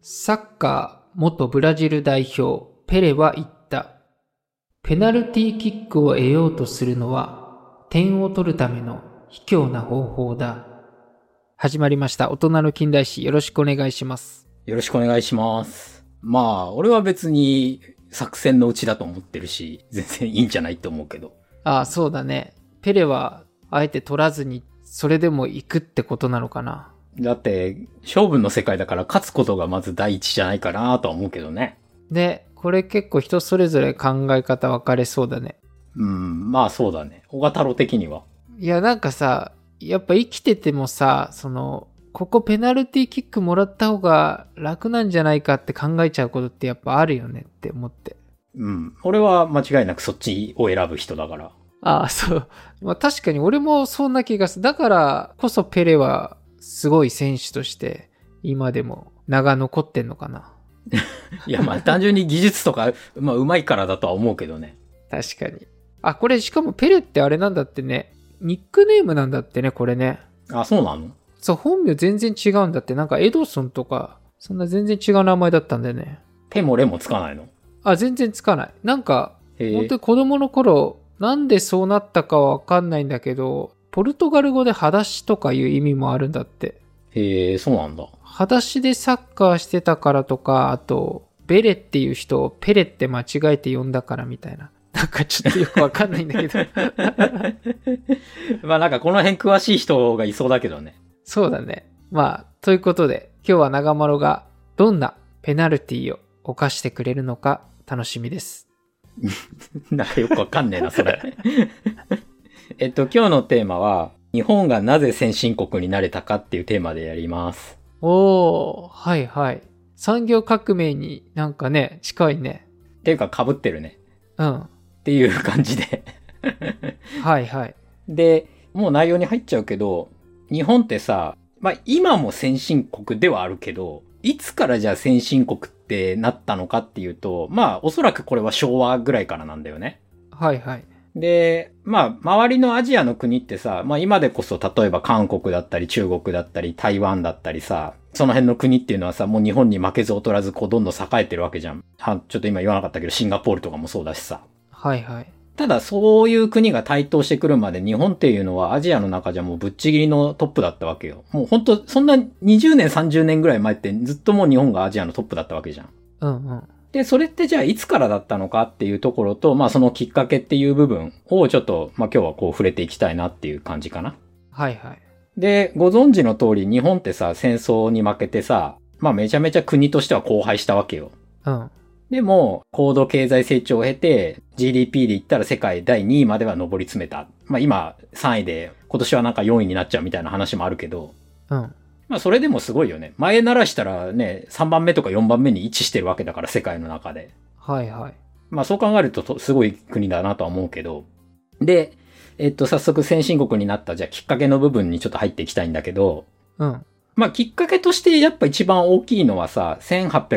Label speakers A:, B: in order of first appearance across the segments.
A: サッカー元ブラジル代表ペレは言った。ペナルティーキックを得ようとするのは点を取るための卑怯な方法だ。始まりました。大人の近代史よろしくお願いします。
B: よろしくお願いします。まあ、俺は別に作戦のうちだと思ってるし、全然いいんじゃないって思うけど。
A: ああ、そうだね。ペレはあえて取らずにそれでも行くってことなのかな。
B: だって、勝負の世界だから勝つことがまず第一じゃないかなとは思うけどね。
A: で、これ結構人それぞれ考え方分かれそうだね。
B: うん、まあそうだね。小型郎的には。
A: いや、なんかさ、やっぱ生きててもさ、その、ここペナルティーキックもらった方が楽なんじゃないかって考えちゃうことってやっぱあるよねって思って。
B: うん。俺は間違いなくそっちを選ぶ人だから。
A: ああ、そう。まあ確かに俺もそんな気がする。だからこそペレはすごい選手として今でも名が残ってんのかな。
B: いや、ま あ単純に技術とか、まあ上手いからだとは思うけどね。
A: 確かに。あ、これしかもペレってあれなんだってね。ニックネームなんだってね、これね。
B: あ、そうなの
A: そう、本名全然違うんだって。なんかエドソンとか、そんな全然違う名前だったんだよね。
B: 手もレもつかないの
A: あ、全然つかない。なんか、
B: へ
A: 本
B: え
A: 当。に子供の頃、なんでそうなったかはわかんないんだけど、ポルトガル語で裸足とかいう意味もあるんだって。
B: へえ、そうなんだ。
A: 裸足でサッカーしてたからとか、あと、ベレっていう人をペレって間違えて呼んだからみたいな。なんかちょっとよくわかんないんだけ ど。
B: まあなんかこの辺詳しい人がいそうだけどね。
A: そうだね。まあ、ということで、今日は長丸がどんなペナルティを犯してくれるのか楽しみです。
B: なんかよくわかんねえな、それ。 えっと、今日のテーマは、日本がなぜ先進国になれたかっていうテーマでやります。
A: おー、はいはい。産業革命になんかね、近いね。
B: っていうか、被ってるね。
A: うん。
B: っていう感じで。
A: はいはい。
B: で、もう内容に入っちゃうけど、日本ってさ、まあ今も先進国ではあるけど、いつからじゃあ先進国ってなったのかっていうと、まあおそらくこれは昭和ぐらいからなんだよね。
A: はいはい。
B: で、まあ、周りのアジアの国ってさ、まあ今でこそ例えば韓国だったり中国だったり台湾だったりさ、その辺の国っていうのはさ、もう日本に負けず劣らずこうどんどん栄えてるわけじゃん。はちょっと今言わなかったけどシンガポールとかもそうだしさ。
A: はいはい。
B: ただそういう国が台頭してくるまで日本っていうのはアジアの中じゃもうぶっちぎりのトップだったわけよ。もうほんと、そんな20年30年ぐらい前ってずっともう日本がアジアのトップだったわけじゃん。
A: うんうん。
B: で、それってじゃあいつからだったのかっていうところと、まあそのきっかけっていう部分をちょっと、まあ今日はこう触れていきたいなっていう感じかな。
A: はいはい。
B: で、ご存知の通り日本ってさ、戦争に負けてさ、まあめちゃめちゃ国としては荒廃したわけよ。
A: うん。
B: でも、高度経済成長を経て、GDP で言ったら世界第2位までは上り詰めた。まあ今3位で、今年はなんか4位になっちゃうみたいな話もあるけど、
A: うん。
B: まあそれでもすごいよね。前ならしたらね、3番目とか4番目に位置してるわけだから世界の中で。
A: はいはい。
B: まあそう考えるととすごい国だなとは思うけど。で、えっと、早速先進国になった、じゃあきっかけの部分にちょっと入っていきたいんだけど、
A: うん。
B: まあきっかけとしてやっぱ一番大きいのはさ、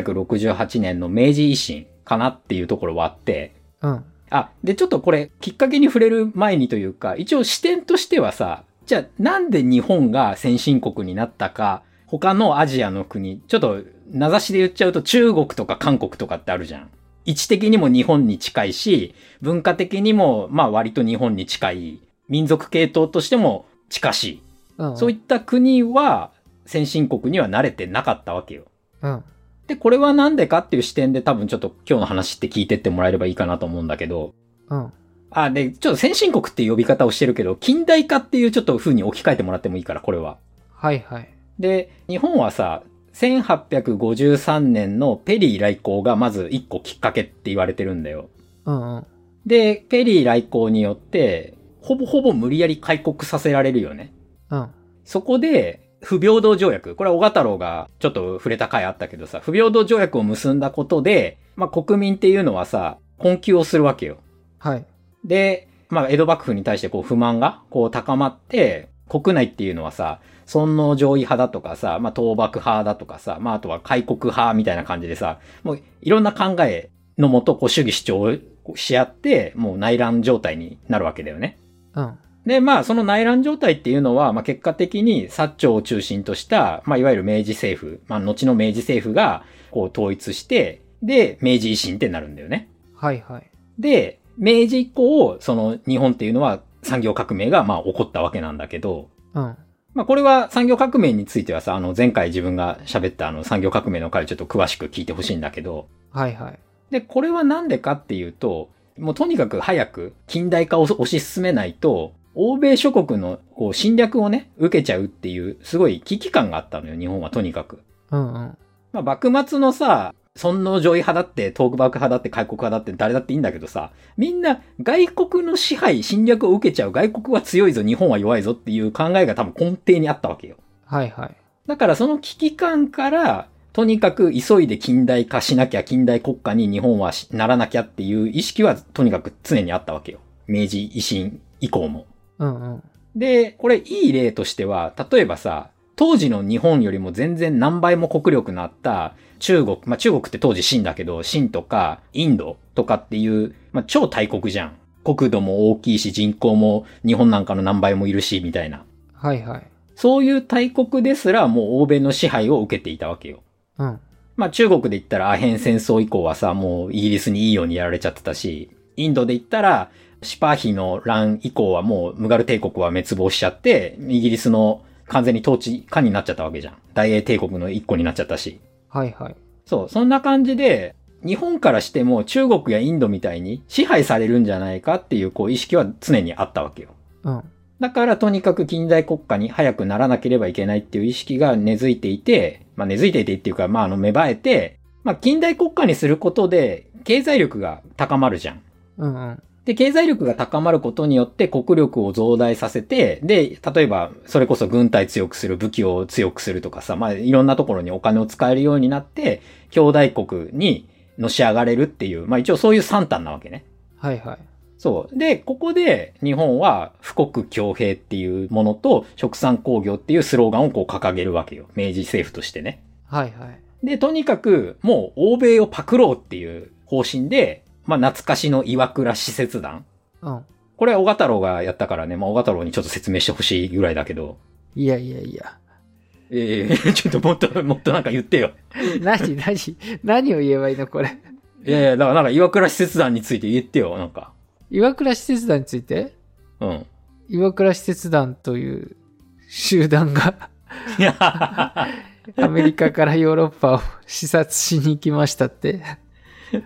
B: 1868年の明治維新かなっていうところはあって、
A: うん。
B: あ、でちょっとこれきっかけに触れる前にというか、一応視点としてはさ、じゃあなんで日本が先進国になったか、他のアジアの国、ちょっと名指しで言っちゃうと中国とか韓国とかってあるじゃん。位置的にも日本に近いし、文化的にもまあ割と日本に近い、民族系統としても近しい。
A: うん。
B: そういった国は先進国には慣れてなかったわけよ。
A: うん。
B: で、これはなんでかっていう視点で多分ちょっと今日の話って聞いてってもらえればいいかなと思うんだけど、
A: うん。
B: あ、で、ちょっと先進国っていう呼び方をしてるけど、近代化っていうちょっと風に置き換えてもらってもいいから、これは。
A: はいはい。
B: で、日本はさ、1853年のペリー来航がまず1個きっかけって言われてるんだよ。
A: うんうん。
B: で、ペリー来航によって、ほぼほぼ無理やり開国させられるよね。
A: うん。
B: そこで、不平等条約。これは小太郎がちょっと触れた回あったけどさ、不平等条約を結んだことで、まあ国民っていうのはさ、困窮をするわけよ。
A: はい。
B: で、まあ、江戸幕府に対してこう不満がこう高まって、国内っていうのはさ、尊王攘夷派だとかさ、まあ、倒幕派だとかさ、まあ、あとは開国派みたいな感じでさ、もういろんな考えのもと、こう主義主張をし合って、もう内乱状態になるわけだよね。
A: うん。
B: で、まあ、その内乱状態っていうのは、まあ、結果的に、薩長を中心とした、まあ、いわゆる明治政府、まあ、後の明治政府が、こう、統一して、で、明治維新ってなるんだよね。
A: はいはい。
B: で、明治以降、その、日本っていうのは、産業革命が、まあ、起こったわけなんだけど、
A: うん。
B: まあ、これは産業革命についてはさ、あの、前回自分が喋ったあの、産業革命の回をちょっと詳しく聞いてほしいんだけど、
A: はいはい。
B: で、これはなんでかっていうと、もうとにかく早く近代化を推し進めないと、欧米諸国のこう侵略をね、受けちゃうっていう、すごい危機感があったのよ、日本はとにかく。
A: うんうん。
B: まあ、幕末のさ、尊王攘夷派だって、東幕派だって、開国派だって、誰だっていいんだけどさ、みんな外国の支配、侵略を受けちゃう、外国は強いぞ、日本は弱いぞっていう考えが多分根底にあったわけよ。
A: はいはい。
B: だからその危機感から、とにかく急いで近代化しなきゃ、近代国家に日本はしならなきゃっていう意識はとにかく常にあったわけよ。明治維新以降も。
A: うんうん。
B: で、これいい例としては、例えばさ、当時の日本よりも全然何倍も国力のあった中国、まあ中国って当時清だけど、清とかインドとかっていう、まあ超大国じゃん。国土も大きいし人口も日本なんかの何倍もいるし、みたいな。
A: はいはい。
B: そういう大国ですらもう欧米の支配を受けていたわけよ。
A: うん。
B: まあ中国で言ったらアヘン戦争以降はさ、もうイギリスにいいようにやられちゃってたし、インドで言ったらシパーヒの乱以降はもうムガル帝国は滅亡しちゃって、イギリスの完全に統治下になっちゃったわけじゃん。大英帝国の一個になっちゃったし。
A: はいはい。
B: そう、そんな感じで、日本からしても中国やインドみたいに支配されるんじゃないかっていうこう意識は常にあったわけよ。
A: うん。
B: だからとにかく近代国家に早くならなければいけないっていう意識が根付いていて、まあ根付いていてっていうか、まああの芽生えて、まあ近代国家にすることで経済力が高まるじゃん。
A: うんうん。
B: で、経済力が高まることによって国力を増大させて、で、例えば、それこそ軍隊強くする、武器を強くするとかさ、まあ、いろんなところにお金を使えるようになって、兄弟国にのし上がれるっていう、まあ一応そういう三端なわけね。
A: はいはい。
B: そう。で、ここで日本は富国強兵っていうものと食産工業っていうスローガンをこう掲げるわけよ。明治政府としてね。
A: はいはい。
B: で、とにかくもう欧米をパクろうっていう方針で、まあ懐かしの岩倉使節団。
A: うん。
B: これは小太郎がやったからね、まあ小太郎にちょっと説明してほしいぐらいだけど。
A: いやいやいや。
B: ええ ちょっともっと、もっとなんか言ってよ。
A: 何何何を言えばいいのこれ。
B: いやいや、だからなんか岩倉使節団について言ってよ、なんか。
A: 岩倉使節団について
B: うん。
A: 岩倉使節団という集団 が
B: いや
A: アメリカからヨーロッパを視察しに行きましたって。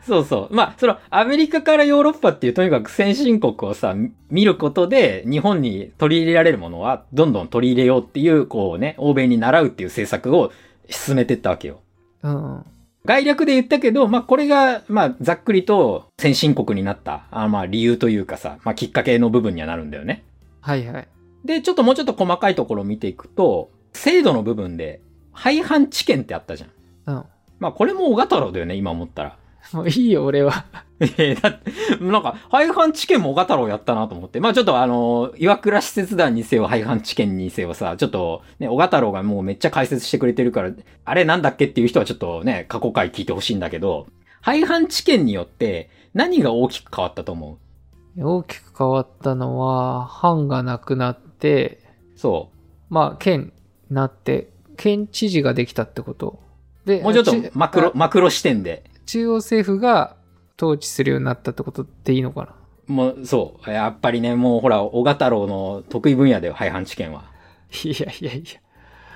B: そうそう。まあ、その、アメリカからヨーロッパっていうとにかく先進国をさ、み見ることで、日本に取り入れられるものは、どんどん取り入れようっていう、こうね、欧米に習うっていう政策を進めてったわけよ。
A: うんうん。
B: 概略で言ったけど、まあ、これが、まあ、ざっくりと先進国になった、あまあ、理由というかさ、まあ、きっかけの部分にはなるんだよね。
A: はいはい。
B: で、ちょっともうちょっと細かいところを見ていくと、制度の部分で、廃藩置県ってあったじゃん。
A: うん。
B: まあ、これも小型郎だよね、今思ったら。
A: もういいよ、俺は。
B: えーだって、なんか、廃藩置県も小太郎やったなと思って。まあちょっとあの、岩倉使節団にせよ、廃藩置県にせよさ、ちょっとね、小太郎がもうめっちゃ解説してくれてるから、あれなんだっけっていう人はちょっとね、過去回聞いてほしいんだけど、廃藩置県によって何が大きく変わったと思う
A: 大きく変わったのは、藩がなくなって、
B: そ
A: まあ、県になって、県知事ができたってこと。で、
B: う。もうちょっと
A: ち
B: マクロ、
A: あ
B: マクロ視点で。
A: 中央政府が統治するようになったってことっていいのかな
B: もう、そう。やっぱりね、もうほら、小太郎の得意分野だよ、廃藩置県は。
A: いやいやいや。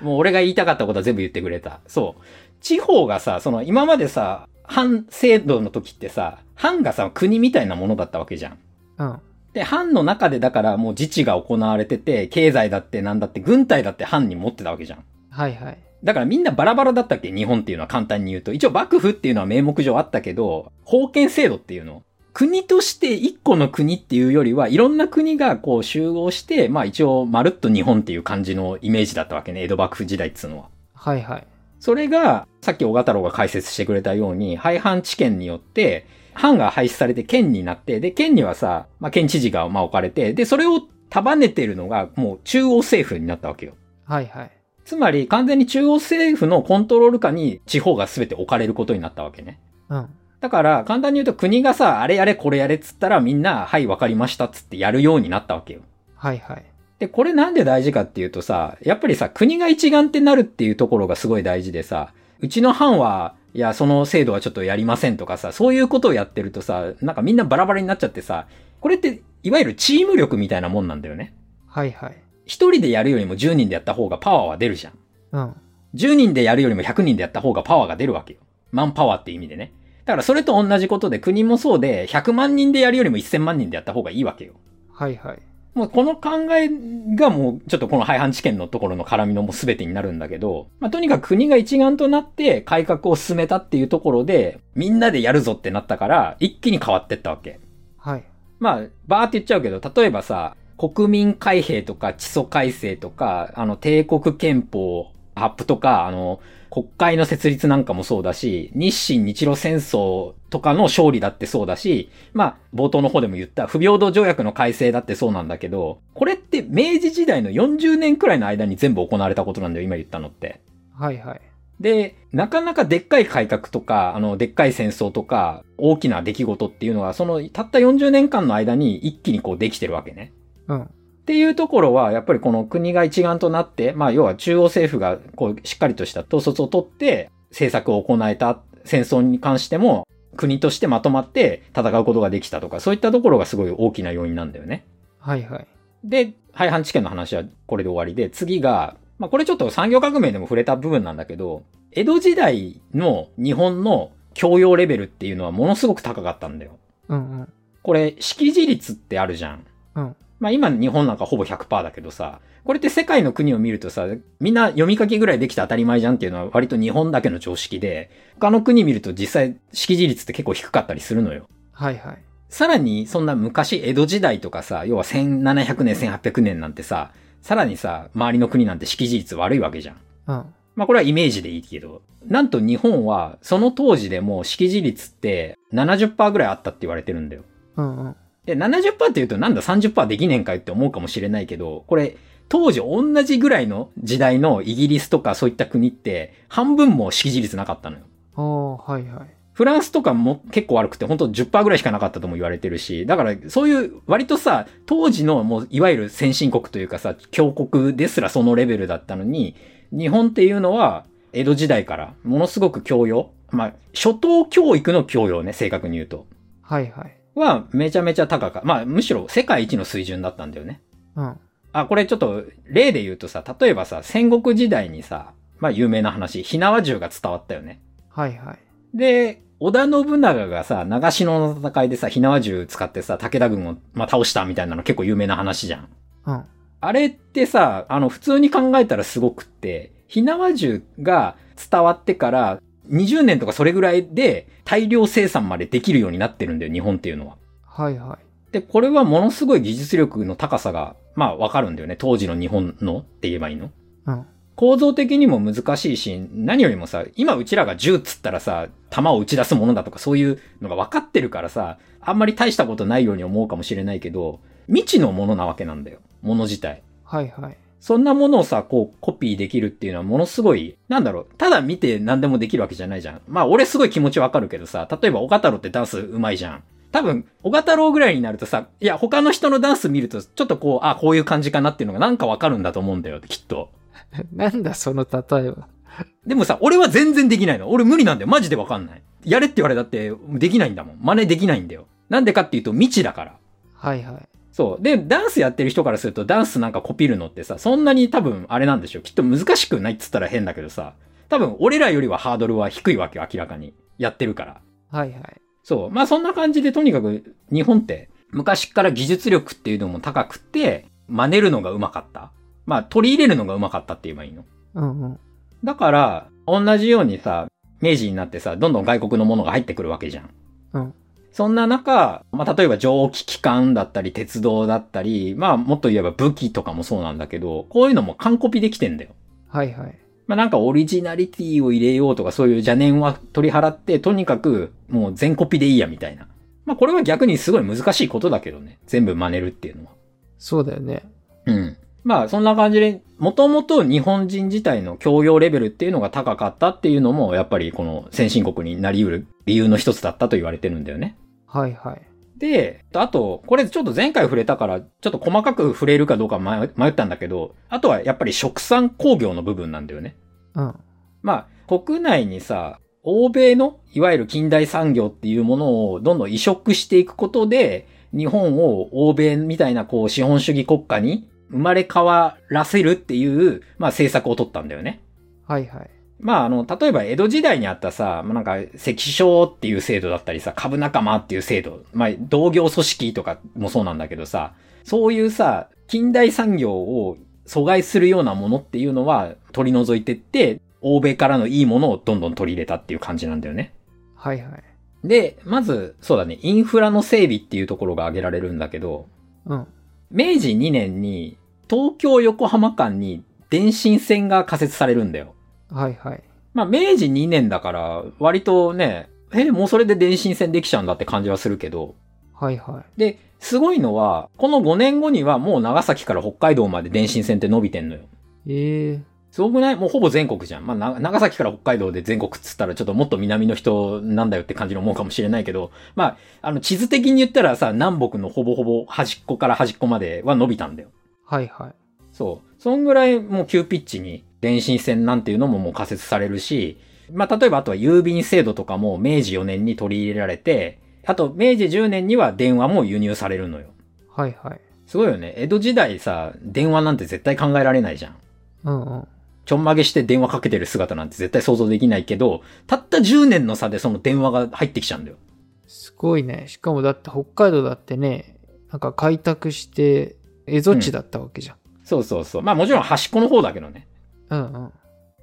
B: もう俺が言いたかったことは全部言ってくれた。そう。地方がさ、その今までさ、藩制度の時ってさ、藩がさ、国みたいなものだったわけじゃん。
A: うん。
B: で、藩の中でだからもう自治が行われてて、経済だってなんだって、軍隊だって藩に持ってたわけじゃん。
A: はいはい。
B: だからみんなバラバラだったっけ日本っていうのは簡単に言うと。一応幕府っていうのは名目上あったけど、封建制度っていうの。国として一個の国っていうよりは、いろんな国がこう集合して、まあ一応まるっと日本っていう感じのイメージだったわけね。江戸幕府時代っつうのは。
A: はいはい。
B: それが、さっき小型郎が解説してくれたように、廃藩置県によって、藩が廃止されて県になって、で、県にはさ、まあ、県知事がまあ置かれて、で、それを束ねてるのが、もう中央政府になったわけよ。
A: はいはい。
B: つまり、完全に中央政府のコントロール下に地方が全て置かれることになったわけね。
A: うん。
B: だから、簡単に言うと国がさ、あれやれこれやれっつったらみんな、はい、わかりましたっつってやるようになったわけよ。
A: はいはい。
B: で、これなんで大事かっていうとさ、やっぱりさ、国が一丸ってなるっていうところがすごい大事でさ、うちの班は、いや、その制度はちょっとやりませんとかさ、そういうことをやってるとさ、なんかみんなバラバラになっちゃってさ、これって、いわゆるチーム力みたいなもんなんだよね。
A: はいはい。
B: 一人でやるよりも10人でやった方がパワーは出るじゃん。
A: うん。
B: 10人でやるよりも100人でやった方がパワーが出るわけよ。マンパワーって意味でね。だからそれと同じことで国もそうで、100万人でやるよりも1000万人でやった方がいいわけよ。
A: はいはい。
B: もうこの考えがもうちょっとこの廃反知見のところの絡みのもう全てになるんだけど、まあ、とにかく国が一丸となって改革を進めたっていうところで、みんなでやるぞってなったから、一気に変わってったわけ。
A: はい。
B: まあ、バーって言っちゃうけど、例えばさ、国民開閉とか基礎改正とか、あの、帝国憲法発布とか、あの、国会の設立なんかもそうだし、日清日露戦争とかの勝利だってそうだし、まあ、冒頭の方でも言った不平等条約の改正だってそうなんだけど、これって明治時代の40年くらいの間に全部行われたことなんだよ、今言ったのって。
A: はいはい。
B: で、なかなかでっかい改革とか、あの、でっかい戦争とか、大きな出来事っていうのが、その、たった40年間の間に一気にこうできてるわけね。
A: うん。
B: っていうところは、やっぱりこの国が一丸となって、まあ、要は中央政府が、こう、しっかりとした統率を取って、政策を行えた戦争に関しても、国としてまとまって戦うことができたとか、そういったところがすごい大きな要因なんだよね。
A: はいはい。
B: で、廃反知見の話はこれで終わりで、次が、まあこれちょっと産業革命でも触れた部分なんだけど、江戸時代の日本の教養レベルっていうのはものすごく高かったんだよ。
A: うんうん。
B: これ、識字率ってあるじゃん。
A: うん
B: まあ今日本なんかほぼ100%だけどさ、これって世界の国を見るとさ、みんな読み書きぐらいできて当たり前じゃんっていうのは割と日本だけの常識で、他の国見ると実際識字率って結構低かったりするのよ。
A: はいはい。
B: さらに、そんな昔、江戸時代とかさ、要は1700年、1800年なんてさ、さらにさ、周りの国なんて識字率悪いわけじゃん。
A: うん。
B: まあこれはイメージでいいけど、なんと日本は、その当時でもう識字率って70%ぐらいあったって言われてるんだよ。
A: うんうん。
B: で、70%って言うとなんだ30%できねえんかよって思うかもしれないけど、これ、当時同じぐらいの時代のイギリスとかそういった国って、半分も識字率なかったのよ。
A: ああ、はいはい。
B: フランスとかも結構悪くて、本当10%ぐらいしかなかったとも言われてるし、だからそういう割とさ、当時のもういわゆる先進国というかさ、強国ですらそのレベルだったのに、日本っていうのは江戸時代からものすごく教養、まあ、初等教育の教養ね、正確に言うと。
A: はいはい。
B: はめちゃめちゃ高か、まあむしろ世界一の水準だったんだよね。
A: うん。
B: あ、これちょっと例で言うとさ、例えばさ、戦国時代にさ、まあ有名な話、火縄銃が伝わったよね。
A: はいはい。
B: で、織田信長がさ、長篠の戦いでさ、火縄銃使ってさ、武田軍を、まあ、倒したみたいなの結構有名な話じゃん。
A: うん。
B: あれってさ、あの、普通に考えたらすごくって、火縄銃が伝わってから20年とかそれぐらいで大量生産までできるようになってるんだよ、日本っていうのは。
A: はいはい。
B: で、これはものすごい技術力の高さが、まあわかるんだよね。当時の日本のって言えばいいの
A: うん。
B: 構造的にも難しいし、何よりもさ、今うちらが銃っつったらさ、弾を打ち出すものだとかそういうのが分かってるからさ、あんまり大したことないように思うかもしれないけど、未知のものなわけなんだよ。もの自体。
A: はいはい。
B: そんなものをさ、こう、コピーできるっていうのはものすごい、なんだろう、ただ見て何でもできるわけじゃないじゃん。まあ、俺すごい気持ちわかるけどさ、例えば、小太郎ってダンス上手いじゃん。多分、小太郎ぐらいになるとさ、いや、他の人のダンス見ると、ちょっとこう、あ、こういう感じかなっていうのがなんかわかるんだと思うんだよ、きっと。
A: なんだその例えは。
B: でもさ、俺は全然できないの。俺無理なんだよ。マジでわかんない。やれって言われたって、できないんだもん。真似できないんだよ。なんでかっていうと、未知だから。
A: はいはい。
B: そう。で、ダンスやってる人からすると、ダンスなんかコピるのってさ、そんなに多分あれなんでしょう。きっと難しくないっつったら変だけどさ、多分俺らよりはハードルは低いわけよ、明らかに。やってるから。
A: はいはい。
B: そう。まあそんな感じで、とにかく日本って昔から技術力っていうのも高くて、真似るのが上手かった。まあ取り入れるのが上手かったって言えばいいの。
A: うんうん。
B: だから、同じようにさ、明治になってさ、どんどん外国のものが入ってくるわけじゃん。
A: うん。
B: そんな中、まあ、例えば蒸気機関だったり、鉄道だったり、まあ、もっと言えば武器とかもそうなんだけど、こういうのも完コピできてんだよ。
A: はいはい。
B: まあ、なんかオリジナリティを入れようとか、そういう邪念は取り払って、とにかく、もう全コピでいいや、みたいな。まあ、これは逆にすごい難しいことだけどね。全部真似るっていうのは。
A: そうだよね。
B: うん。まあ、そんな感じで、もともと日本人自体の教養レベルっていうのが高かったっていうのも、やっぱりこの先進国になり得る理由の一つだったと言われてるんだよね。
A: はいはい。
B: で、あと、これちょっと前回触れたから、ちょっと細かく触れるかどうか迷迷ったんだけど、あとはやっぱり食産工業の部分なんだよね。
A: うん。
B: まあ、国内にさ、欧米の、いわゆる近代産業っていうものをどんどん移植していくことで、日本を欧米みたいなこう資本主義国家に生まれ変わらせるっていう、まあ政策を取ったんだよね。
A: はいはい。
B: まあ、あの、例えば江戸時代にあったさ、まあなんか、石商っていう制度だったりさ、株仲間っていう制度、まあ、同業組織とかもそうなんだけどさ、そういうさ、近代産業を阻害するようなものっていうのは取り除いてって、欧米からのいいものをどんどん取り入れたっていう感じなんだよね。
A: はいはい。
B: で、まず、そうだね、インフラの整備っていうところが挙げられるんだけど、
A: うん。
B: 明治2年に東京横浜間に電信線が仮設されるんだよ。
A: はいはい。
B: まあ、明治2年だから、割とね、え、もうそれで電信線できちゃうんだって感じはするけど、
A: はいはい。
B: で、すごいのは、この5年後にはもう長崎から北海道まで電信線って伸びてんのよ。
A: ええ
B: すごくないもうほぼ全国じゃん。まあ、な長崎から北海道で全国っつったらちょっともっと南の人なんだよって感じの思うかもしれないけど、まあ、あの、地図的に言ったらさ、南北のほぼほぼ端っこから端っこまでは伸びたんだよ。
A: はいはい。
B: そう。そんぐらいもう急ピッチに電信線なんていうのももう仮設されるし、まあ、例えばあとは郵便制度とかも明治4年に取り入れられて、あと明治10年には電話も輸入されるのよ。
A: はいはい。
B: すごいよね。江戸時代さ、電話なんて絶対考えられないじゃん。
A: うんうん。
B: ちょんまげして電話かけてる姿なんて絶対想像できないけど、たった10年の差でその電話が入ってきちゃうんだよ。
A: すごいね。しかもだって北海道だってね、なんか開拓して、蝦夷地だったわけじゃん。
B: そうそうそう。まあもちろん端っこの方だけどね。
A: うんうん。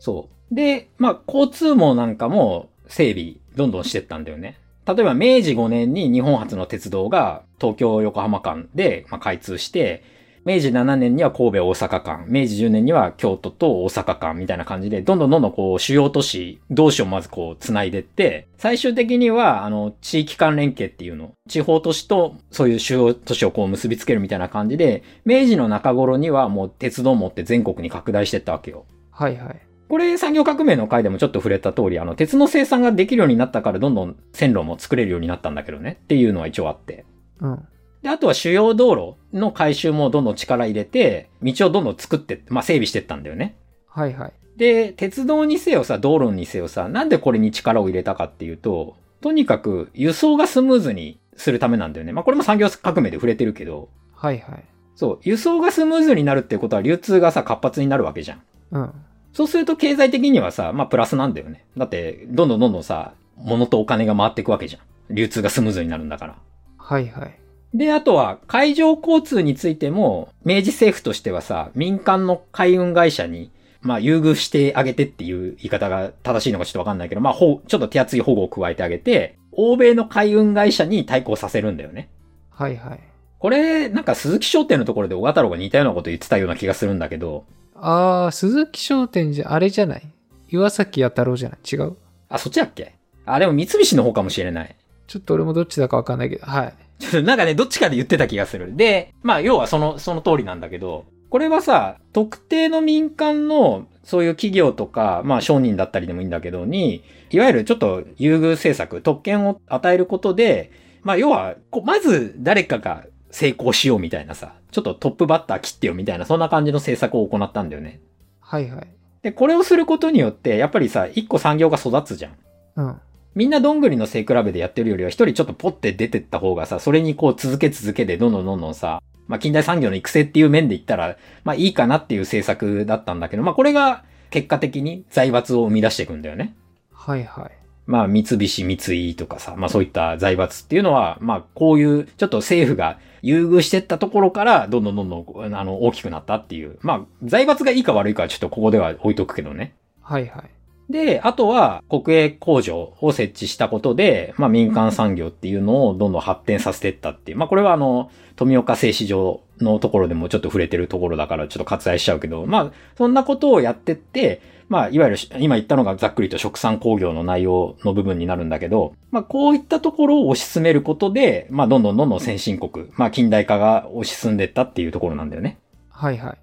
B: そう。で、まあ、交通網なんかも整備、どんどんしてったんだよね。例えば、明治5年に日本初の鉄道が東京横浜間でまあ開通して、明治7年には神戸大阪間、明治10年には京都と大阪間みたいな感じで、どんどんどんどんこう主要都市同士をまずこう繋いでって、最終的にはあの地域間連携っていうの、地方都市とそういう主要都市をこう結びつけるみたいな感じで、明治の中頃にはもう鉄道持って全国に拡大してったわけよ。
A: はいはい。
B: これ産業革命の回でもちょっと触れた通り、あの、鉄の生産ができるようになったからどんどん線路も作れるようになったんだけどねっていうのは一応あって。
A: うん。
B: で、あとは主要道路の改修もどんどん力入れて、道をどんどん作って、まあ整備してったんだよね。
A: はいはい。
B: で、鉄道にせよさ、道路にせよさ、なんでこれに力を入れたかっていうと、とにかく輸送がスムーズにするためなんだよね。まあこれも産業革命で触れてるけど、
A: はいはい。
B: そう、輸送がスムーズになるってことは流通がさ、活発になるわけじゃん。
A: うん。
B: そうすると経済的にはさ、まあプラスなんだよね。だって、どんどんどんどんさ、物とお金が回っていくわけじゃん。流通がスムーズになるんだから。
A: はいはい。
B: で、あとは、海上交通についても、明治政府としてはさ、民間の海運会社に、まあ、優遇してあげてっていう言い方が正しいのかちょっとわかんないけど、まあ、ほうちょっと手厚い保護を加えてあげて、欧米の海運会社に対抗させるんだよね。
A: はいはい。
B: これ、なんか鈴木商店のところで小型郎が似たようなこと言ってたような気がするんだけど、
A: あー、鈴木商店じゃ、あれじゃない岩崎弥太郎じゃない違う
B: あ、そっちだっけあ、でも三菱の方かもしれない。
A: ちょっと俺もどっちだかわかんないけど、はい。
B: ちょっと なんかね、どっちかで言ってた気がする。で、まあ、要はその、その通りなんだけど、これはさ、特定の民間の、そういう企業とか、まあ、商人だったりでもいいんだけどに、いわゆるちょっと優遇政策、特権を与えることで、まあ、要は、こうまず誰かが成功しようみたいなさ、ちょっとトップバッター切ってよみたいな、そんな感じの政策を行ったんだよね。
A: はいはい。
B: で、これをすることによって、やっぱりさ、一個産業が育つじゃん。
A: うん。
B: みんなどんぐりの背比べでやってるよりは、一人ちょっとポッて出てった方がさ、それにこう続け続けでどんどんどんどんさ、まあ近代産業の育成っていう面で言ったら、まあいいかなっていう政策だったんだけど、まあこれが結果的に財閥を生み出していくんだよね。
A: はいはい。
B: まあ三菱三井とかさ、まあそういった財閥っていうのは、まあこういうちょっと政府が優遇してったところから、どんどんどんどんこう、あの、大きくなったっていう。まあ財閥がいいか悪いかはちょっとここでは置いとくけどね。
A: はいはい。
B: で、あとは国営工場を設置したことで、まあ民間産業っていうのをどんどん発展させていったっていう。まあこれはあの、富岡製糸場のところでもちょっと触れてるところだからちょっと割愛しちゃうけど、まあそんなことをやってって、まあいわゆる今言ったのがざっくりと食産工業の内容の部分になるんだけど、まあこういったところを推し進めることで、まあどんどんどんどん先進国、まあ近代化が推し進んでったっていうところなんだよね。
A: はいはい。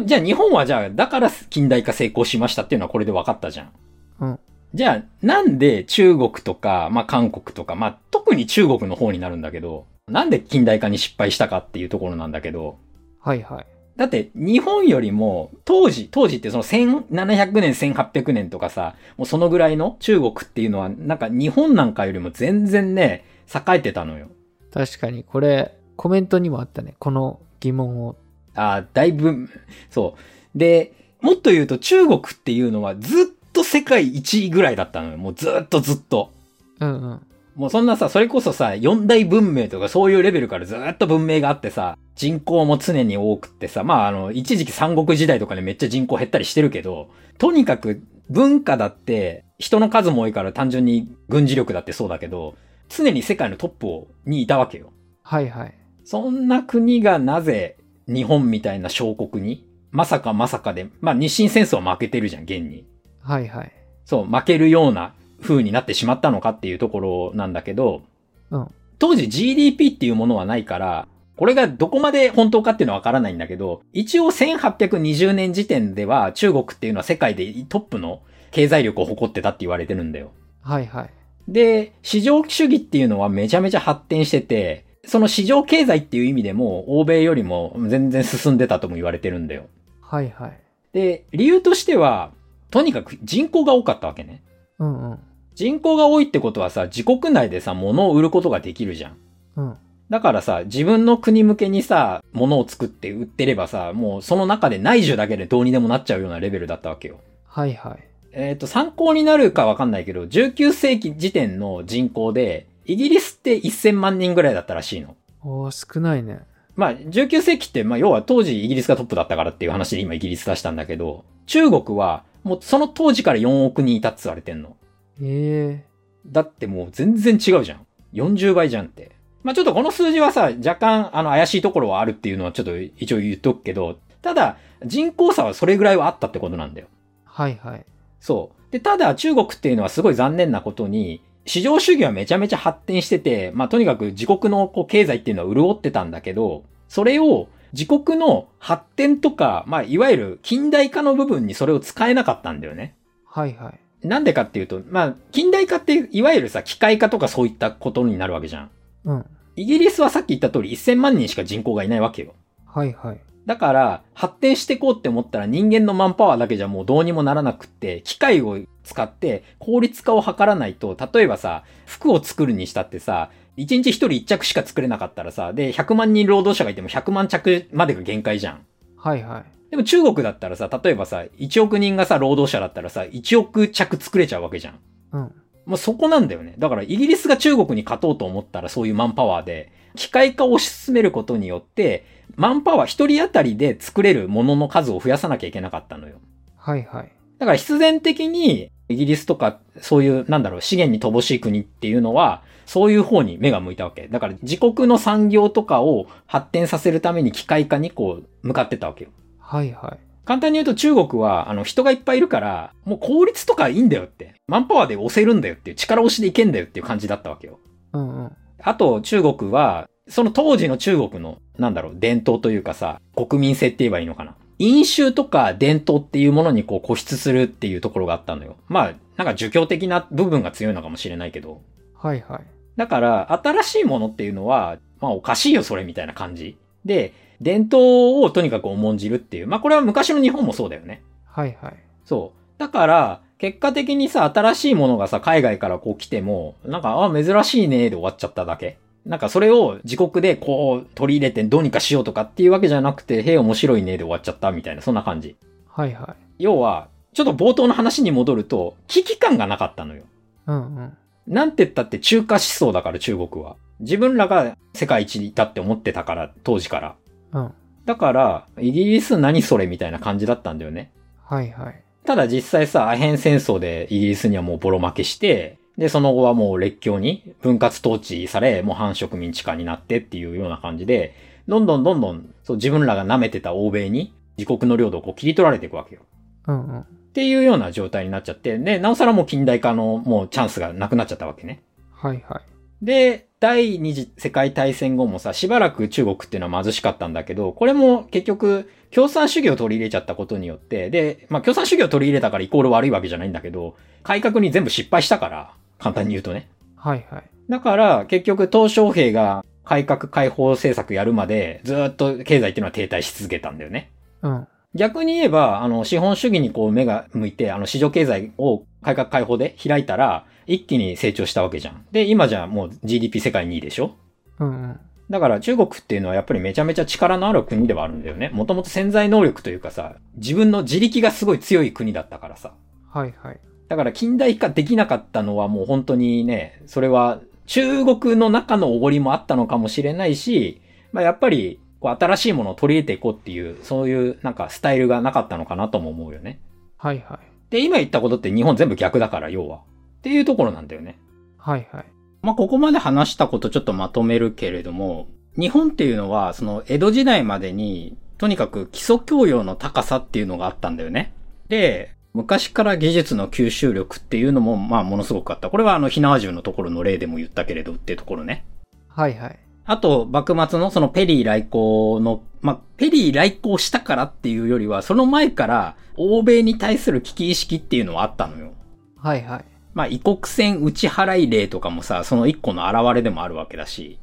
B: で、じゃあ日本はじゃあ、だから近代化成功しましたっていうのはこれで分かったじゃん。
A: うん。
B: じゃあ、なんで中国とか、まあ韓国とか、まあ特に中国の方になるんだけど、なんで近代化に失敗したかっていうところなんだけど、
A: はいはい。
B: だって日本よりも当時、当時ってその1700年、1800年とかさ、もうそのぐらいの中国っていうのはなんか日本なんかよりも全然ね、栄えてたのよ。
A: 確かにこれ、コメントにもあったね。この疑問を。
B: あーだいぶ、そう。で、もっと言うと中国っていうのはずっと世界1位ぐらいだったのよ。もうずっとずっと。
A: うんうん。
B: もうそんなさ、それこそさ、四大文明とかそういうレベルからずっと文明があってさ、人口も常に多くってさ、まああの、一時期三国時代とかでめっちゃ人口減ったりしてるけど、とにかく文化だって人の数も多いから単純に軍事力だってそうだけど、常に世界のトップをにいたわけよ。
A: はいはい。
B: そんな国がなぜ日本みたいな小国に、まさかまさかで、まあ日清戦争は負けてるじゃん、現に。
A: はいはい。
B: そう、負けるような風になってしまったのかっていうところなんだけど、
A: うん
B: 当時 GDP っていうものはないから、これがどこまで本当かっていうのはわからないんだけど、一応1820年時点では中国っていうのは世界でトップの経済力を誇ってたって言われてるんだよ。
A: はいはい。
B: で、市場主義っていうのはめちゃめちゃ発展してて、その市場経済っていう意味でも欧米よりも全然進んでたとも言われてるんだよ。
A: はいはい。
B: で、理由としては、とにかく人口が多かったわけね。
A: うんうん。
B: 人口が多いってことはさ、自国内でさ、物を売ることができるじゃん。
A: うん。
B: だからさ、自分の国向けにさ、物を作って売ってればさ、もうその中で内需だけでどうにでもなっちゃうようなレベルだったわけよ。
A: はいはい。
B: えっ、と、参考になるかわかんないけど、19世紀時点の人口で、イギリスって1000万人ぐらいだったらしいの。
A: おー、少ないね。
B: まあ、19世紀って、まあ、要は当時イギリスがトップだったからっていう話で今イギリス出したんだけど、中国は、もうその当時から4億人いたって言われてんの。
A: え
B: だってもう全然違うじゃん。40倍じゃんって。まあ、ちょっとこの数字はさ、若干あの怪しいところはあるっていうのはちょっと一応言っとくけど、ただ人口差はそれぐらいはあったってことなんだよ。
A: ー、はいはい。
B: そう。で、ただ中国っていうのはすごい残念なことに、市場主義はめちゃめちゃ発展してて、まあ、とにかく自国のこう経済っていうのは潤ってたんだけど、それを自国の発展とか、まあ、いわゆる近代化の部分にそれを使えなかったんだよね。
A: はいはい。
B: なんでかっていうと、まあ、近代化って、いわゆるさ、機械化とかそういったことになるわけじゃん。
A: うん。
B: イギリスはさっき言った通り1000万人しか人口がいないわけよ。
A: はいはい。
B: だから、発展していこうって思ったら人間のマンパワーだけじゃもうどうにもならなくって、機械を使って効率化を図らないと、例えばさ、服を作るにしたってさ、1日1人1着しか作れなかったらさ、で、100万人労働者がいても100万着までが限界じゃん。
A: はいはい。
B: でも中国だったらさ、例えばさ、1億人がさ、労働者だったらさ、1億着作れちゃうわけじゃん。
A: うん。
B: もうそこなんだよね。だからイギリスが中国に勝とうと思ったらそういうマンパワーで、機械化を推し進めることによって、マンパワー一人当たりで作れるものの数を増やさなきゃいけなかったのよ。
A: はいはい。
B: だから必然的に、イギリスとか、そういう、なんだろう、資源に乏しい国っていうのは、そういう方に目が向いたわけ。だから自国の産業とかを発展させるために機械化にこう、向かってたわけよ。
A: はいはい。
B: 簡単に言うと中国は、あの、人がいっぱいいるから、もう効率とかいいんだよって。マンパワーで押せるんだよっていう、力押しでいけんだよっていう感じだったわけよ。
A: うんうん。
B: あと、中国は、その当時の中国の、なんだろう、伝統というかさ、国民性って言えばいいのかな。飲酒とか伝統っていうものにこう固執するっていうところがあったのよ。まあ、なんか儒教的な部分が強いのかもしれないけど。
A: はいはい。
B: だから、新しいものっていうのは、まあおかしいよ、それみたいな感じ。で、伝統をとにかく重んじるっていう。まあこれは昔の日本もそうだよね。
A: はいはい。
B: そう。だから、結果的にさ、新しいものがさ、海外からこう来ても、なんか、あ、珍しいね、で終わっちゃっただけ。なんか、それを自国でこう、取り入れてどうにかしようとかっていうわけじゃなくて、へえ、面白いね、で終わっちゃった、みたいな、そんな感じ。
A: はいはい。
B: 要は、ちょっと冒頭の話に戻ると、危機感がなかったのよ。
A: うんうん。
B: なんて言ったって中華思想だから、中国は。自分らが世界一だって思ってたから、当時から。
A: うん。
B: だから、イギリス何それみたいな感じだったんだよね。
A: はいはい。
B: ただ実際さ、アヘン戦争でイギリスにはもうボロ負けして、で、その後はもう列強に分割統治され、もう反植民地化になってっていうような感じで、どんどんどんどん、そう自分らが舐めてた欧米に自国の領土をこう切り取られていくわけよ。
A: うんうん。
B: っていうような状態になっちゃって、で、なおさらもう近代化のもうチャンスがなくなっちゃったわけね。
A: はいはい。
B: で、第二次世界大戦後もさ、しばらく中国っていうのは貧しかったんだけど、これも結局、共産主義を取り入れちゃったことによって、で、まあ共産主義を取り入れたからイコール悪いわけじゃないんだけど、改革に全部失敗したから、簡単に言うとね。
A: はいはい。
B: だから、結局、鄧小平が改革開放政策やるまで、ずーっと経済っていうのは停滞し続けたんだよね。
A: うん。
B: 逆に言えば、あの、資本主義にこう目が向いて、あの、市場経済を改革開放で開いたら、一気に成長したわけじゃん。で、今じゃもう GDP 世界2位でしょ
A: うんうん。
B: だから中国っていうのはやっぱりめちゃめちゃ力のある国ではあるんだよね。もともと潜在能力というかさ、自分の自力がすごい強い国だったからさ。
A: はいはい。
B: だから近代化できなかったのはもう本当にね、それは中国の中のおごりもあったのかもしれないし、まあやっぱりこう新しいものを取り入れていこうっていう、そういうなんかスタイルがなかったのかなとも思うよね。
A: はいはい。
B: で、今言ったことって日本全部逆だから、要は。っていうところなんだよね。
A: はいはい。
B: まあ、ここまで話したことちょっとまとめるけれども、日本っていうのは、その江戸時代までに、とにかく基礎教養の高さっていうのがあったんだよね。で、昔から技術の吸収力っていうのも、まあ、ものすごくあった。これはあの、火縄銃のところの例でも言ったけれどっていうところね。
A: はいはい。
B: あと、幕末のそのペリー来航の、まあ、ペリー来航したからっていうよりは、その前から、欧米に対する危機意識っていうのはあったのよ。
A: はいはい。
B: まあ、異国船打ち払い例とかもさ、その一個の現れでもあるわけだし、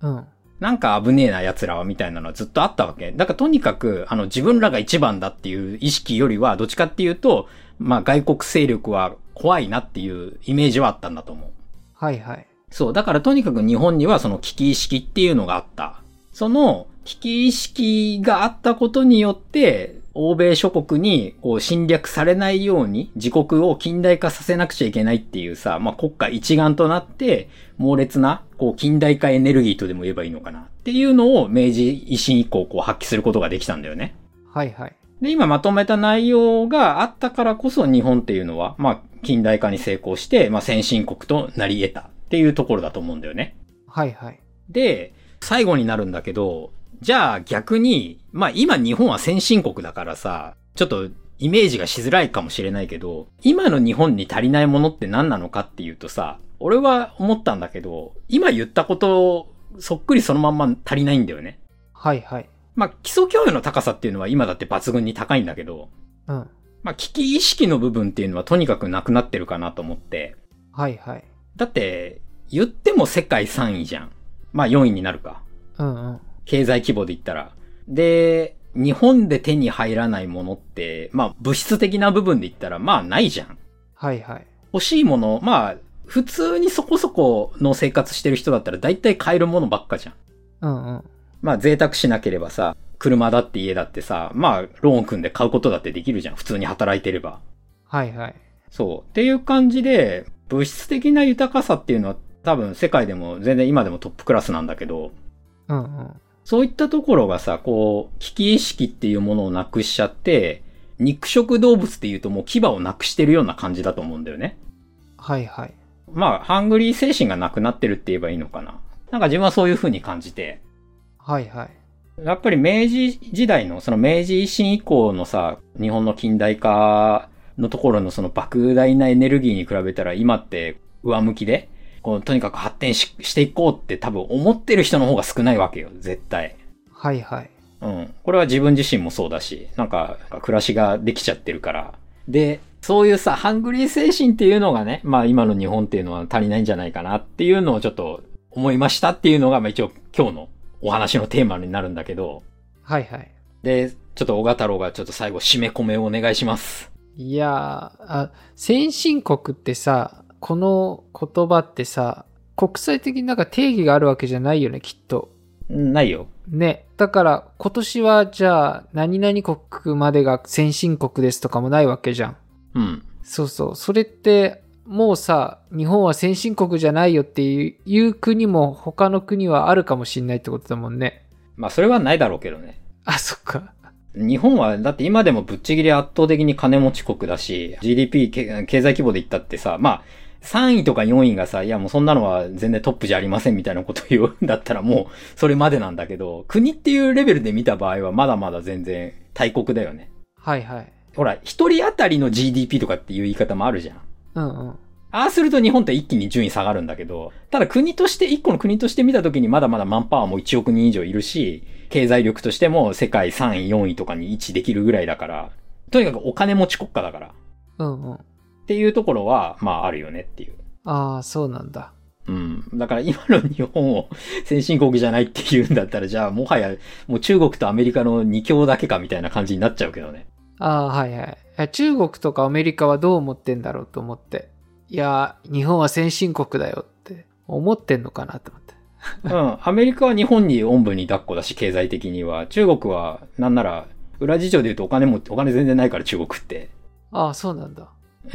A: うん。
B: なんか危ねえな奴らはみたいなのはずっとあったわけ。だからとにかく、あの自分らが一番だっていう意識よりは、どっちかっていうと、まあ外国勢力は怖いなっていうイメージはあったんだと思う。
A: はいはい。
B: そう。だからとにかく日本にはその危機意識っていうのがあった。その危機意識があったことによって、欧米諸国にこう侵略されないように自国を近代化させなくちゃいけないっていうさ、まあ、国家一丸となって猛烈なこう近代化エネルギーとでも言えばいいのかなっていうのを明治維新以降こう発揮することができたんだよね。
A: はいはい。
B: で、今まとめた内容があったからこそ日本っていうのは、まあ、近代化に成功して、まあ、先進国となり得たっていうところだと思うんだよね。
A: はいはい。
B: で、最後になるんだけど、じゃあ逆に、まあ今日本は先進国だからさ、ちょっとイメージがしづらいかもしれないけど、今の日本に足りないものって何なのかっていうとさ、俺は思ったんだけど、今言ったことをそっくりそのまんま足りないんだよね。
A: はいはい。
B: まあ基礎教養の高さっていうのは今だって抜群に高いんだけど、
A: うん。
B: まあ、危機意識の部分っていうのはとにかくなくなってるかなと思って。
A: はいはい。
B: だって、言っても世界3位じゃん。まあ4位になるか。
A: うんうん。
B: 経済規模で言ったら。で、日本で手に入らないものって、まあ物質的な部分で言ったらまあないじゃん。
A: はいはい。
B: 欲しいもの、まあ普通にそこそこの生活してる人だったら大体買えるものばっかじゃん。
A: うんうん。
B: まあ贅沢しなければさ、車だって家だってさ、まあローン組んで買うことだってできるじゃん。普通に働いてれば。
A: はいはい。
B: そう。っていう感じで、物質的な豊かさっていうのは多分世界でも全然今でもトップクラスなんだけど、
A: うんうん。
B: そういったところがさ、こう、危機意識っていうものをなくしちゃって、肉食動物っていうともう牙をなくしてるような感じだと思うんだよね。
A: はいはい。
B: まあ、ハングリー精神がなくなってるって言えばいいのかな。なんか自分はそういう風に感じて、
A: はいはい。
B: やっぱり明治時代の、その明治維新以降のさ、日本の近代化のところのその莫大なエネルギーに比べたら今って上向きで、こう、とにかく発展ししていこうって多分思ってる人の方が少ないわけよ、絶対。
A: はいはい。
B: うん。これは自分自身もそうだし、なんか、暮らしができちゃってるから。で、そういうさ、ハングリー精神っていうのがね、まあ今の日本っていうのは足りないんじゃないかなっていうのをちょっと思いましたっていうのが、まあ一応今日のお話のテーマになるんだけど、
A: はいはい。
B: で、ちょっと小賀太郎がちょっと最後締め込めをお願いします。
A: いやーあ、先進国ってさ、この言葉ってさ、国際的になんか定義があるわけじゃないよね、きっと。
B: ないよ。
A: ね。だから、今年はじゃあ、何々国までが先進国ですとかもないわけじゃん。
B: うん。
A: そうそう。それって、もうさ、日本は先進国じゃないよっていういう国も他の国はあるかもしんないってことだもんね。
B: まあそれはないだろうけどね。
A: あ、そっか。
B: 日本はだって今でもぶっちぎり圧倒的に金持ち国だし、GDP け経済規模で言ったってさ、まあ3位とか4位がさ、いやもうそんなのは全然トップじゃありませんみたいなことを言うんだったらもうそれまでなんだけど、国っていうレベルで見た場合はまだまだ全然大国だよね。
A: はいはい。
B: ほら、一人当たりの GDP とかっていう言い方もあるじゃん。
A: うんうん。
B: ああすると日本って一気に順位下がるんだけど、ただ国として、一個の国として見た時にまだまだマンパワーも1億人以上いるし、経済力としても世界3位、4位とかに位置できるぐらいだから、とにかくお金持ち国家だから。っ
A: うんうん。
B: ていうところは、まああるよねっていう。
A: ああ、そうなんだ。
B: うん。だから今の日本を先進国じゃないって言うんだったら、じゃあもはやもう中国とアメリカの二強だけかみたいな感じになっちゃうけどね。
A: ああ、はいはいいや。中国とかアメリカはどう思ってんだろうと思って。いや、日本は先進国だよって思ってんのかなと思って。
B: うん。アメリカは日本におんぶに抱っこだし、経済的には。中国は、なんなら、裏事情で言うとお金も、お金全然ないから中国って。
A: ああ、そうなんだ。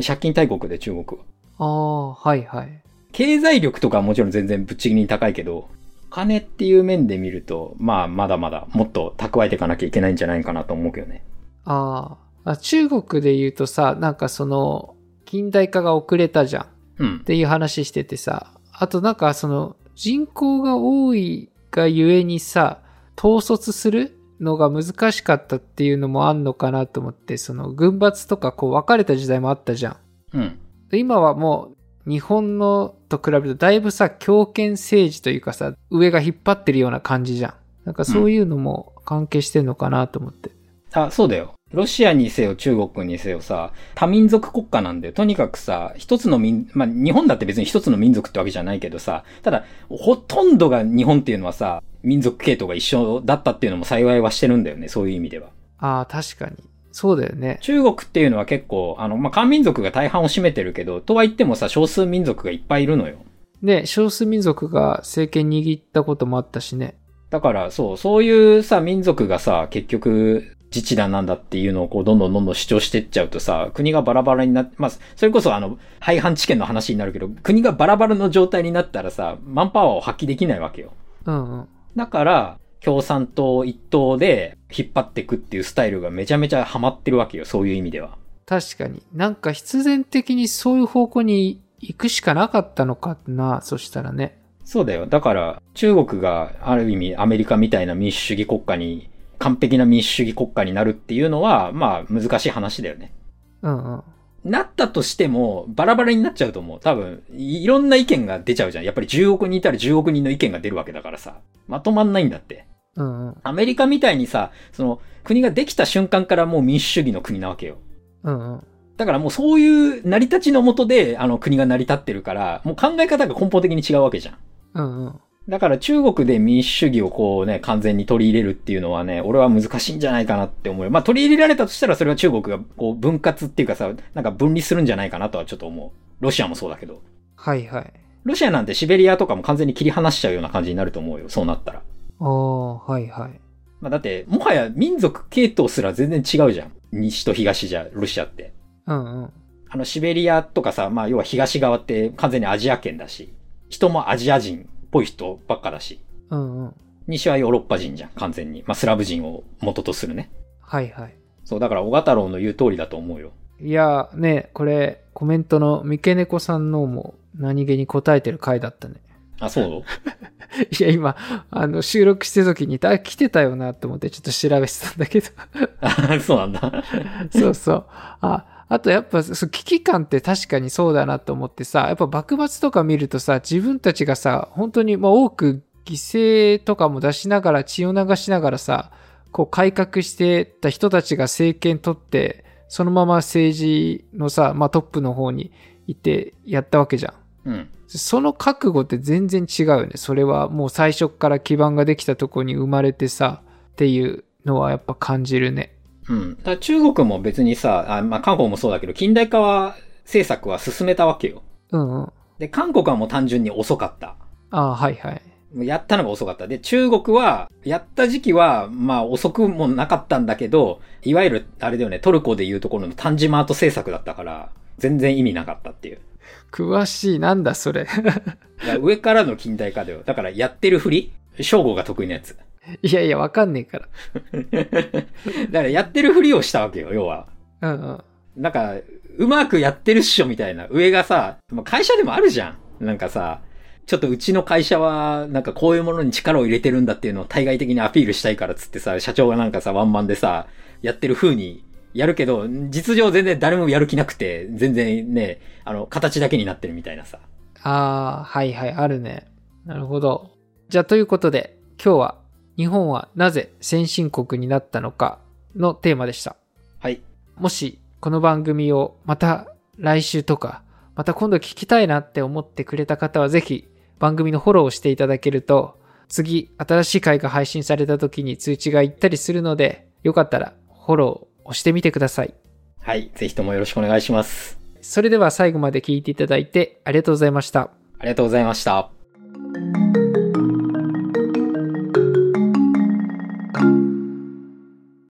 B: 借金大国で中国は。
A: ああ、はいはい。
B: 経済力とかはもちろん全然ぶっちぎりに高いけど、お金っていう面で見ると、まあ、まだまだもっと蓄えていかなきゃいけないんじゃないかなと思うけどね。
A: ああ、あ中国で言うとさ、なんかその、近代化が遅れたじゃんっ
B: うん。
A: ていう話しててさ、あとなんかその、人口が多いがゆえにさ、統率するのが難しかったっていうのもあんのかなと思って、その、軍閥とかこう分かれた時代もあったじゃん。
B: うん。
A: で今はもう日本のと比べるとだいぶさ強権政治というかさ上が引っ張ってるような感じじゃんなんかそういうのも関係してんのかなと思って、
B: あ、そうだよ。ロシアにせよ、中国にせよさ、多民族国家なんだよ。とにかくさ、一つの民、まあ、日本だって別に一つの民族ってわけじゃないけどさ、ただ、ほとんどが日本っていうのはさ、民族系統が一緒だったっていうのも幸いはしてるんだよね、そういう意味では。
A: ああ確かにそうだよね
B: 中国っていうのは結構、あの、まあ、漢民族が大半を占めてるけど、とは言ってもさ、少数民族がいっぱいいるのよ。
A: で少数民族が政権握ったこともあったしね
B: だから、そう、そういうさ、民族がさ、結局、自治団なんだっていうのをこう、どんどんどんどん主張してっちゃうとさ、国がバラバラになって、まあ、それこそあの、廃藩置県の話になるけど、国がバラバラの状態になったらさ、マンパワーを発揮できないわけよ。
A: うんうん
B: だから、共産党一党で引っ張っていくっていうスタイルがめちゃめちゃハマってるわけよ、そういう意味では。
A: 確かになんか必然的にそういう方向に行くしかなかったのかなそしたらね
B: そうだよ。だから、中国がある意味アメリカみたいな民主主義国家に、完璧な民主主義国家になるっていうのは、まあ、難しい話だよね。
A: うんうん
B: なったとしても、バラバラになっちゃうと思う。多分、いいろんな意見が出ちゃうじゃん。やっぱり10億人いたら10億人の意見が出るわけだからさ。まとまんないんだって。
A: うんうん
B: アメリカみたいにさ、その、国ができた瞬間からもう民主主義の国なわけよ。
A: うんうん
B: だからもうそういう成り立ちのもとで、あの国が成り立ってるから、もう考え方が根本的に違うわけじゃん。
A: うんうん
B: だから中国で民主主義をこうね、完全に取り入れるっていうのはね、俺は難しいんじゃないかなって思うよ。まあ取り入れられたとしたらそれは中国がこう分割っていうかさ、なんか分離するんじゃないかなとはちょっと思う。ロシアもそうだけど。
A: はいはい
B: ロシアなんてシベリアとかも完全に切り離しちゃうような感じになると思うよ。そうなったら。
A: ああはいはい
B: まあだって、もはや民族系統すら全然違うじゃん。西と東じゃ、ロシアって。
A: うんうん
B: あのシベリアとかさ、まあ要は東側って完全にアジア圏だし、人もアジア人っぽい人ばっかだし。
A: うんうん
B: 西はヨーロッパ人じゃん、完全に。まあ、スラブ人を元とするね。
A: はいはい。
B: そう、だから、小太郎の言う通りだと思うよ。
A: いやーね、これコメントの三毛猫さんのも何気に答えてる回だったね。
B: あ、そう
A: いや、今、あの、収録してる時に、あ、来てたよなと思ってちょっと調べてたんだけど。
B: あ そうなんだ。
A: そうそう。あ、あとやっぱ、そう危機感って確かにそうだなと思ってさ、やっぱ幕末とか見るとさ、自分たちがさ、本当にまあ多く犠牲とかも出しながら、血を流しながらさ、こう改革してた人たちが政権取って、そのまま政治のさ、まあトップの方に行ってやったわけじゃん。
B: うん。
A: その覚悟って全然違うよね。それはもう最初っから基盤ができたとこに生まれてさ、っていうのはやっぱ感じるね。
B: うん。だから中国も別にさ、あまあ、韓国もそうだけど、近代化は、政策は進めたわけよ。
A: うんうん。あ
B: で、韓国はもう単純に遅かった。
A: あ、はいはい。
B: もうやったのが遅かった。で、中国は、やった時期は、まあ、遅くもなかったんだけど、いわゆる、あれだよね、トルコでいうところのタンジマート政策だったから、全然意味なかったっていう。
A: 詳しい。なんだそれ。
B: だから上からの近代化だよ。だからやってるふり正吾が得意なや つ。
A: いやいや、わかんねえか
B: だからやってるふりをしたわけよ、要は。
A: ら。うんうん。
B: なんか、うまくやってるっしょみたいな。上がさ、まあ会社でもあるじゃん。なんかさ、ちょっとうちの会社は、なんかこういうものに力を入れてるんだっていうのを対外的にアピールしたいからっつってさ、社長がなんかさ、ワンマンでさ、やってる風にやるけど、実情全然誰もやる気なくて、全然ね、あの、形だけになってるみたいなさ。
A: ああ、はいはい、あるね。なるほど。じゃあ、ということで、今日は日本はなぜ先進国になったのかのテーマでした。
B: はい。
A: もしこの番組をまた来週とか、また今度聞きたいなって思ってくれた方はぜひ、番組のフォローをしていただけると、次、新しい回が配信された時に通知が行ったりするので、よかったらフォローをしてみてください。
B: はい。ぜひともよろしくお願いします。
A: それでは最後まで聞いていただいてありがとうございました。
B: ありがとうございました。